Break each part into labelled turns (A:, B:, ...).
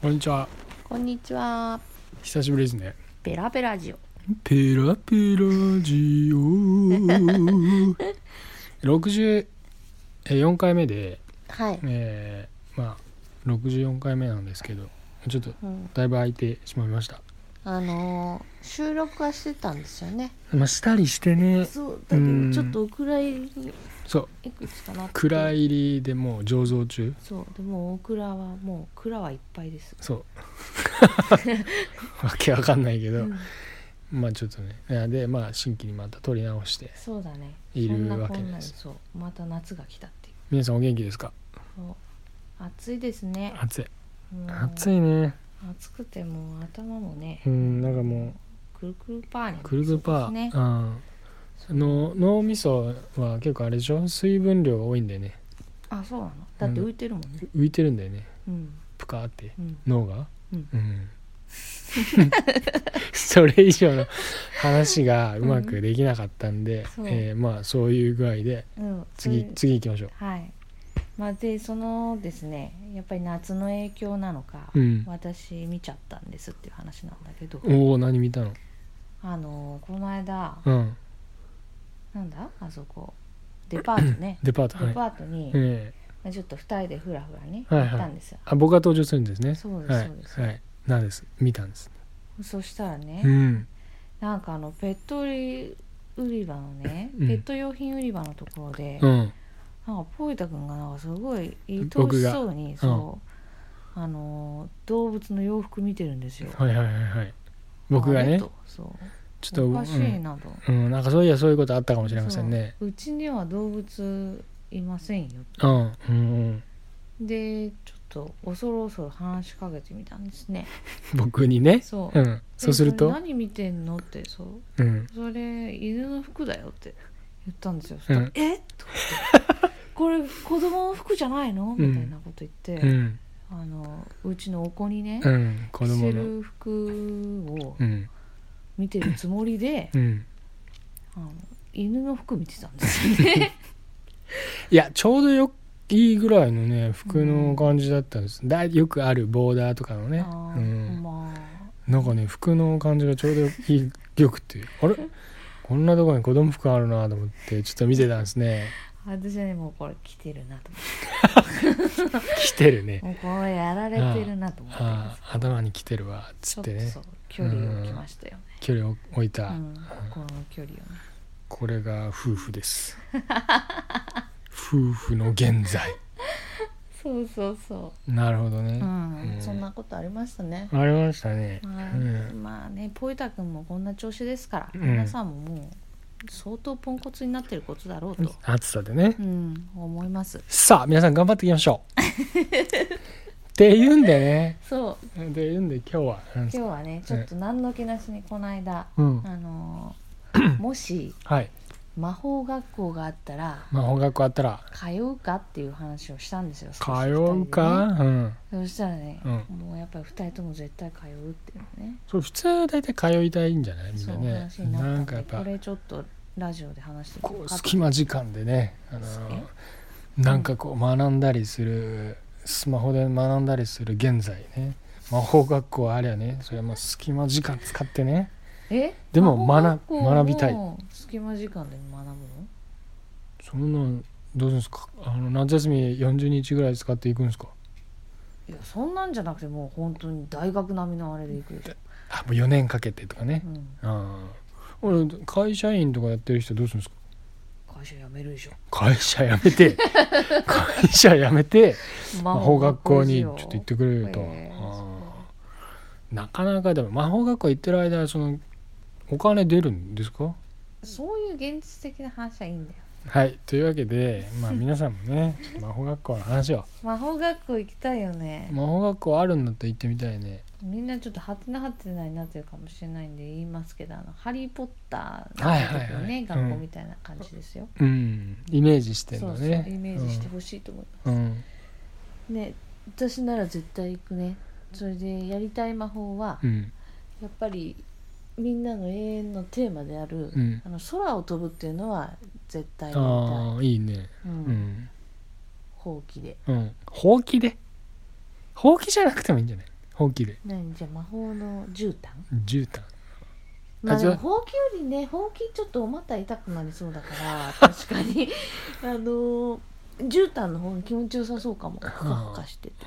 A: こんにちは。
B: こんにちは。
A: 久しぶりですね。
B: ベラベラジオ。
A: ペラペラジオ。 六十四回目で、
B: はい。
A: えー、まあ六十四回目なんですけど、ちょっと
B: うん、
A: だいぶ空いてしまいました。
B: あのー収録はしてたんですよね。
A: まあしたりしてね、
B: そう、
A: だけどうんちょっと
B: お蔵入り
A: そう
B: いくつかな。
A: 蔵
B: い。
A: 入りでもう醸造中。
B: そう、でもオクラはもう蔵はいっぱいです。
A: そう。わけわかんないけど、
B: うん
A: まあちょっとね、いやでまあ新規にまた取り直して、
B: そうだね。
A: いる
B: そんな
A: わけ
B: こんな
A: で
B: ですそう、また夏が来たっていう。
A: 皆さんお元気ですか？
B: そう暑いですね。
A: 暑い、
B: もう
A: 暑いね。
B: 暑くてもう頭もね。
A: うん、なんかもう。
B: くるくるパーに。
A: クルーズパー、
B: そうです
A: う
B: ね。
A: ん、の脳みそは結構あれでしょ水分量が多いんだよね
B: あ、そうなの。だって浮いてるもんね。
A: 浮いてるんだよね
B: うん。
A: プカーって
B: うん。
A: 脳が
B: うん、
A: それ以上の話がうまくできなかったん で、
B: うん
A: えーまあそういう具合で
B: うん。
A: 次
B: そういう
A: 次行きましょう
B: はい、まあ、でそのですねやっぱり夏の影響なのか、
A: うん
B: 私見ちゃったんですっていう話なんだけど
A: おお何見たの
B: あのこの間
A: うん
B: なんだあそこデパートね
A: デパート
B: デ
A: はい、
B: パートに、
A: えー
B: まあちょっと2人でふらふらね
A: はいは
B: 行っ
A: い
B: たんですよ、
A: あ僕が登場するんですね
B: そうですそうです
A: はい、はい、なんです見たんです
B: そしたらね、
A: うん
B: なんかあのペット売り場のね、
A: うん
B: ペット用品売り場のところで、
A: うん
B: なんかポイタ君がなんかすごい愛お
A: 僕
B: し
A: が
B: そうにそう、あの動物の洋服見てるんですよ
A: はいはいはいはい僕が
B: あれ
A: ね
B: とそう
A: ちょっと
B: おかし
A: う
B: い
A: ん
B: なと、そう
A: うん、なんかそういやそういうことあったかもしれませんね。
B: うちには動物いませんよ
A: うん、うん、うん。
B: でちょっと恐る恐る話しかけてみたんですね
A: 僕にね。
B: そう、
A: うん。そうする
B: え
A: と
B: それ、何見てんのってそう
A: うん。
B: それ犬の服だよって言ったんですよ、そしたら
A: うん
B: えっと これ子供の服じゃないのみたいなこと言って、
A: うん。
B: あのうちのお子にね、
A: うん。子
B: 着せ
A: 供の。
B: る服を
A: うん。
B: 見てるつもりで、
A: うん。
B: あの犬の服見てたんですよね
A: いや、ちょうどよいいぐらいのね、服の感じだったんです。だよくあるボーダーとかのね。
B: あ
A: う
B: ー
A: ん。
B: まあ
A: なんかね、服の感じがちょうどよいいよくて、あれこんなとこに子供服あるなと思って、ちょっと見てたんですね。
B: 私はねもうこれ来てるなと
A: 来てる ね。
B: 思ってもうこれやられてるなと思ってま
A: あ
B: す
A: あ、頭に来てるわ、
B: ち
A: つ
B: ょ
A: っ
B: っと
A: てね
B: そ。う距離を置きましたよね、
A: 距離を置いうた。
B: ん、心の距離をね
A: これが夫婦です夫婦の現在
B: そうそうそ
A: なるほど
B: う、
A: ね
B: う、ん
A: うん
B: そんなことありましたね、
A: ありましたね
B: まあ
A: うん
B: まあねポイタ君もこんな調子ですから、
A: うん
B: 皆さんももう相当ポンコツになってることだろうと、
A: 暑さでね
B: うん、思います
A: さあ皆さん頑張っていきましょう って言うんでね
B: そう
A: って言うんで今日はなんです
B: 今日はねちょっと何の気なしにこの間、
A: うん
B: あのーもし
A: はい
B: 魔法学校があったら
A: 魔法学校あったら
B: 通うかっていう話をしたんですよ
A: 通うか、、うん
B: 少し二人でねそしたらね、
A: う
B: もうやっぱり2人とも絶対通うっていうね
A: それ普通大体通いたいんじゃないみん
B: そう
A: な
B: いう
A: ね
B: 話になったんで
A: なんかやっぱ
B: これちょっとラジオで話してい
A: こ
B: こう
A: う
B: かと
A: 隙間時間でねあのなんかこう学んだりするスマホで学んだりする現在ね魔法学校ありゃねそれはもう隙間時間使ってね
B: え
A: でも
B: 魔法
A: 学
B: 学校も
A: 学びたい
B: 隙間時間で学ぶの
A: そんなんどうするんですかあの夏休み40日ぐらい使っていくんですか
B: いやそんなんじゃなくてもう本当に大学並みのあれで行くでしょ、
A: あもう4年かけてとかね
B: うん、
A: ああ俺会社員とかやってる人どうするんですか
B: 会社辞めるでしょ
A: 会社辞め て会社辞めて
B: 魔
A: 魔法学校にちょっと行ってくれると、
B: へえ
A: ああなかなかでも魔法学校行ってる間そのお金出るんですか
B: そういう現実的な話はいいんだよ
A: はいというわけで、 まあ、皆さんもねちょっと魔法学校の話を
B: 魔法学校行きたいよね
A: 魔法学校あるんだったら行ってみたいね
B: みんなちょっとハテナハテナになってるかもしれないんで言いますけどあのハリー・ポッター
A: はいはいはい
B: のね
A: うん
B: 学校みたいな感じですよ、
A: うんイメージしてん
B: そ
A: だ
B: う
A: ね
B: そうイメージしてほしいと思います、
A: うん、うん
B: ね私なら絶対行くねそれでやりたい魔法は
A: うん
B: やっぱりみんなの永遠のテーマである、
A: うん
B: あの空を飛ぶっていうのは絶対やりたい、
A: ああいいね
B: う
A: うんん、
B: ほうきで
A: うん、ほうきでほうきじゃなくてもいいんじゃないほうきで
B: 何じゃあ魔法の絨毯
A: 絨毯
B: まあ
A: じ
B: で
A: ゃあ
B: もほうきよりねほうきちょっとお股痛くなりそうだから 確かにあのー絨毯の方が気持ちよさそうかもふかふかしてて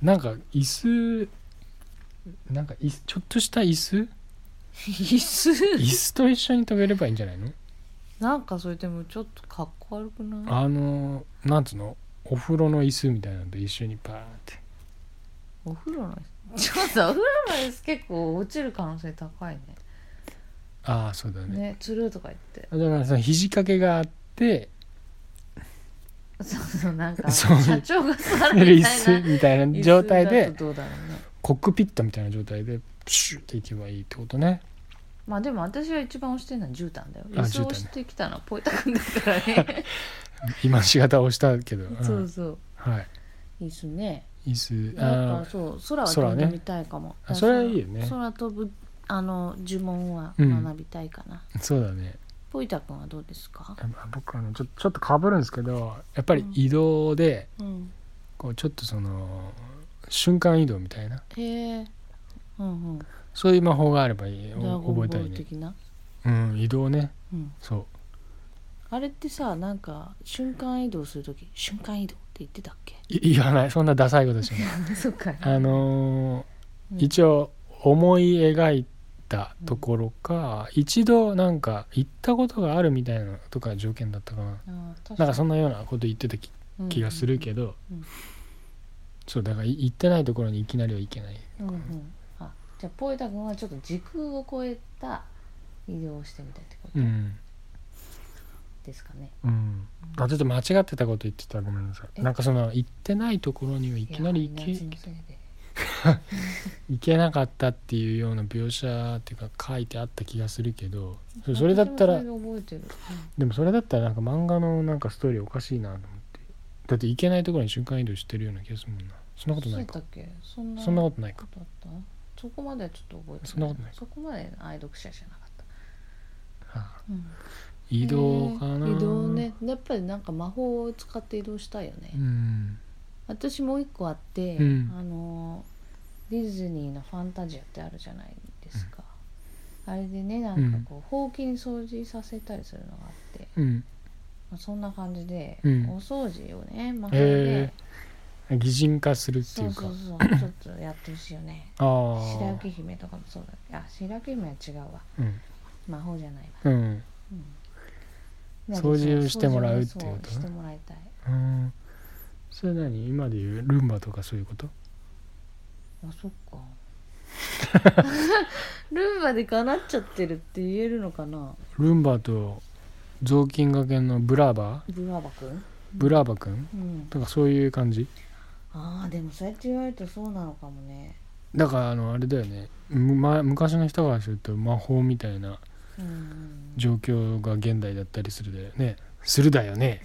A: なんか椅子なんか椅子ちょっとした椅 子
B: 椅
A: 椅
B: 子
A: 子と一緒に飛べればいいんじゃないの
B: なんかそれでもちょっとかっこ悪くない
A: あのなんつうのお風呂の椅子みたいなのと一緒にパーンって
B: お風呂のちょっとお風呂の椅子結構落ちる可能性高い
A: ああそうだ
B: ね
A: ね
B: ねつるとか言って
A: だからその肘掛けがあって
B: そうそうなんか
A: そう
B: 社長が座る
A: 椅
B: みたいな
A: 子みたいな
B: 椅子
A: 状態
B: だ
A: で
B: とどうだろうね
A: コックピットみたいな状態でプシュっていけばいいってことね
B: まあでも私は一番推してるのは絨毯だよ
A: あ
B: 椅子
A: 絨毯ね
B: を押してきたのはポイタ君だからね
A: 今し方をしたけど、 うん
B: そうそう
A: はい
B: 椅子ね
A: 椅子
B: やっ
A: あ
B: ぱそう空は飛んでみたいかも、
A: 空ねあそれはいいよね
B: 空飛ぶあの呪文は学びたいかな、
A: ーそうだね
B: ポイタ君はどうですか
A: あ僕あのちょちょっとかぶるんですけどやっぱり移動で
B: うん
A: こうちょっとその瞬間移動みたいな
B: へえうんうん
A: そういう魔法があればいいお
B: ドラゴンボ
A: 覚えた
B: ー
A: い
B: ル
A: ね
B: 的な、
A: うん移動ね
B: うん、
A: そう
B: あれってさなんか瞬間移動する時瞬間移動って言ってたっけ
A: い 言わないそんなダサいことしない
B: そっか
A: あのー
B: うん
A: 一応思い描いたところか、一度なんか行ったことがあるみたいなのとか条件だったかな
B: あー確
A: なんかそんなようなこと言ってた気
B: うん
A: 気がするけど、
B: うん
A: そうだからい行ってないところにいきなりはいけない
B: うんうん、あじゃあポエタ君はちょっと時空を超えた移動をしてみたいってこ
A: う
B: と
A: ん、
B: ですかね、
A: うん、あちょっと間違ってたこと言ってたらごめんなさい
B: え
A: なんかその行ってないところにはい
B: や
A: きなり行け
B: 夏のせいで
A: 行けなかったっていうような描写っていうか書いてあった気がするけどそそれだったら
B: 私もそれで覚えてる、
A: でもそれだったらなんか漫画のなんかストーリーおかしいなと思ってだって行けないところに瞬間移動してるような気がするもんなそんな
B: うん、
A: ことない
B: そ
A: か
B: うだったっけそんな
A: そんなことないか
B: ことあったそこまではちょっと覚えて
A: そんなことない
B: そこまで愛読者じゃなかった、
A: はあ
B: うん
A: 移動かな、
B: へー移動ねやっぱりなんか魔法を使って移動したいよね、
A: うん
B: 私もう一個あって、
A: うん
B: あのディズニーの「ファンタジア」ってあるじゃないですか、あれでねなんかこうほうきに掃除させたりするのがあって、
A: うん
B: まあ、そんな感じで、
A: うん
B: お掃除をね魔法
A: へ
B: で、
A: 擬人化するってい
B: そうう
A: か
B: そうそうちょっとやってほしいよね
A: ああ
B: 白雪姫とかもそうだけどあ白雪姫は違うわ
A: うん、
B: 魔法じゃないわ、
A: うん
B: うん
A: 掃除をしてもらうっていうことね
B: 掃除をしてもらいたい
A: うん、それ何今で言うルンバとかそういうこと
B: あそっか ルンバで叶っちゃってるって言えるのかな
A: ルンバと雑巾がけのブラーバー
B: ブラバ君
A: ブラーバくん
B: うん
A: とかそういう感じ
B: ああでもそうやって言われるとそうなのかもね
A: だからあのあれだよねむ、ま、昔の人からすると魔法みたいな
B: うん
A: 状況が現代だったりするだよねするだよね、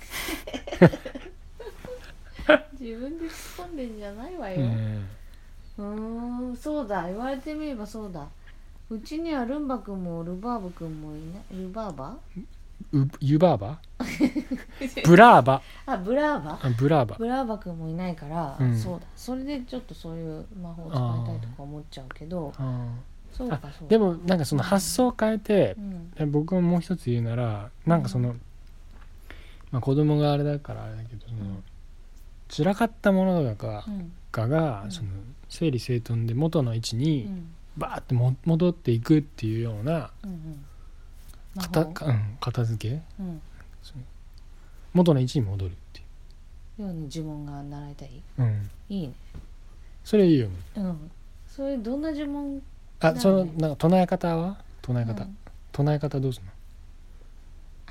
B: 自分で突っ込んでんじゃないわ
A: う
B: よ
A: ん、
B: うーんそうだ言われてみればそうだうちにはルンバ君もルバーブ君もいないルバーバ
A: うユバーバブラーバ
B: あブラーバ
A: あブラーバ
B: ブラーバ君もいないから、
A: うん
B: そうだそれでちょっとそういう魔法を使いたいとか思っちゃうけど
A: あ
B: そうかそう
A: ー
B: か
A: でもなんかその発想を変えて
B: うん
A: え僕ももう一つ言うならなんかその、まあ、子供があれだからあれだけどその、
B: うん
A: 散らかったものだか
B: うん
A: かが、
B: うん
A: その整理整頓で元の位置
B: う
A: に
B: ん
A: バーっても戻っていくっていうような
B: うんうん魔
A: 片,、
B: 法
A: うん、片付け
B: うん
A: 元の位置に戻るってい、
B: ように呪文が習いたいう
A: うん、
B: いいね
A: それいいよね
B: うんそれどんな呪文な
A: あ
B: るほ
A: そ
B: ど
A: の
B: ね
A: なんか唱え方は唱え
B: う
A: 方、
B: ん
A: 唱え方どうするの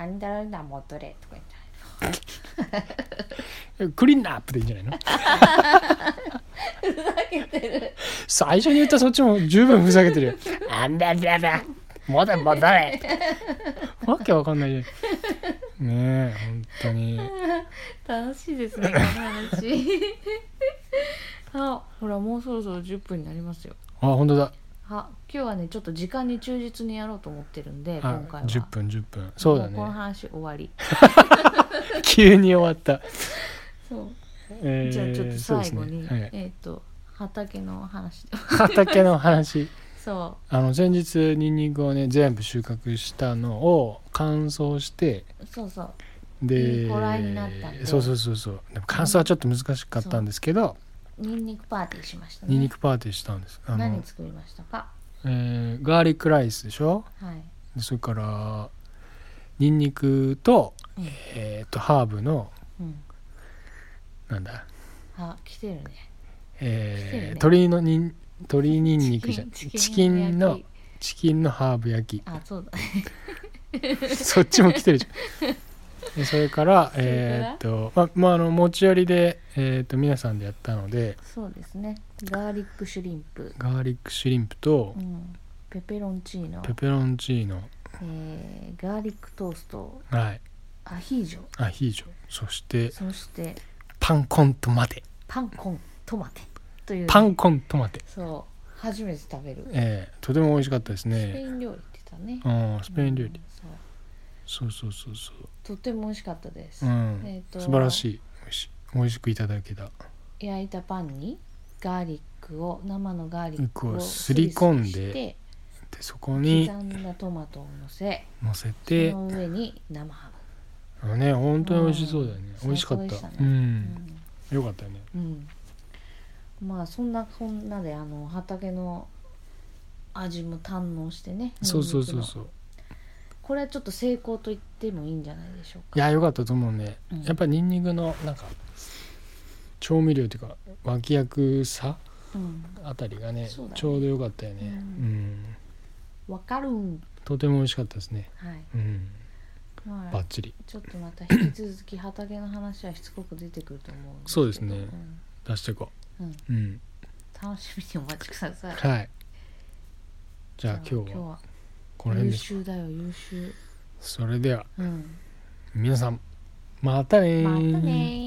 B: アンダランダモトレとか言ったら
A: えクリーンアップでいいんじゃないの最初に言ったそっちも十分ふざけてるよあんだんだんだもだもだれわけわかんないじゃんねえ本当に
B: 楽しいですねこの話 あほらもうそろそろ10分になりますよ
A: あ本当だ
B: あ今日はねちょっと時間に忠実にやろうと思ってるんで
A: あ
B: 今回は
A: 10分10分そうだ
B: もこの
A: ね
B: 話終わり
A: 急に終わった、
B: そう
A: えー
B: じゃあちょっと最
A: そ
B: 後
A: うで
B: に、
A: すねはい
B: えっ、と畑の話で
A: 畑の話
B: そ
A: あの先日ニンニクをね全部収穫したのを乾燥して
B: うそうそう
A: で
B: いい子らいになったんで
A: そうそうそうそうでも乾燥はちょっと難しかったんですけど、
B: ニンニクパーティーしましたね
A: ニンニクパーティーしたんですあ
B: 何
A: の、
B: 作りましたか
A: えーガーリックライスでしょ
B: はい
A: でそれからニンニクと,、
B: うん
A: えー、とハーブの
B: うん
A: なんだ
B: あ来てるね来てる
A: えー
B: ね
A: 鶏のにん鶏にんにくじゃん
B: チ
A: チ
B: キ
A: キン
B: ンチキンの焼
A: の
B: き
A: チキンのハーブ 焼
B: あそうだ
A: きそっちも来てるじゃんでそれ から
B: れから
A: えーっとままああの持ち寄りで、えーっと皆さんでやったので
B: そうですねガーリックシュリンプ、
A: ガーリックシュリンプと
B: うん、ペペロンチーノ
A: ペペロンチーノ
B: えーガーリックトースト
A: はい
B: アヒージョ
A: アヒージョそして
B: そして
A: パンコントマテ
B: パンコントマテという
A: パンコントマテ、
B: そう初めて食べる
A: えーとても美味しかったです
B: スペイ
A: ね
B: ン料理って言ってたね
A: うんスペイン料
B: う
A: 理
B: んそう
A: そうそうそうそ
B: とっても美味しかったです、
A: ううん、
B: えーと
A: 素晴らしい美味しい美味しくいただけた
B: 焼いたパンにガーリックを生のガーリック
A: こ
B: を
A: うすり込んで
B: スリスリして
A: でそこ
B: 刻
A: に
B: んだトマトを乗せ
A: 乗せ
B: そ
A: て
B: の上に生ハ
A: あのね本当に美味しそうだよね、
B: うん
A: 美味しかった、
B: 最高でした
A: う
B: ねム
A: ん、よかったよね
B: うん、うん、まあそんなこんなであの畑の味も堪能してね
A: そうそうそう
B: う
A: そう
B: これはちょっと成功と言ってもいいんじゃないでしょう
A: い
B: か
A: やよかったと思うね、
B: うん
A: やっぱりニンニクのなんか調味料っていうか脇役さ
B: うん
A: あたりがね
B: そうだね
A: ちょうどよかったよね、う
B: うんんわかるん
A: とても美味しかったですね
B: はい
A: うん
B: ま
A: バ
B: あ
A: ッチリ
B: ちょっとまた引き続き畑の話はしつこく出てくると思うんけど
A: そうですね出していこ
B: うんうん
A: ううん
B: 楽しみにお待ちください
A: はいじゃあ今日は
B: は
A: この辺
B: 優
A: でしょ
B: 秀だよ優秀
A: それでは
B: うん
A: 皆さんまたねー
B: またねー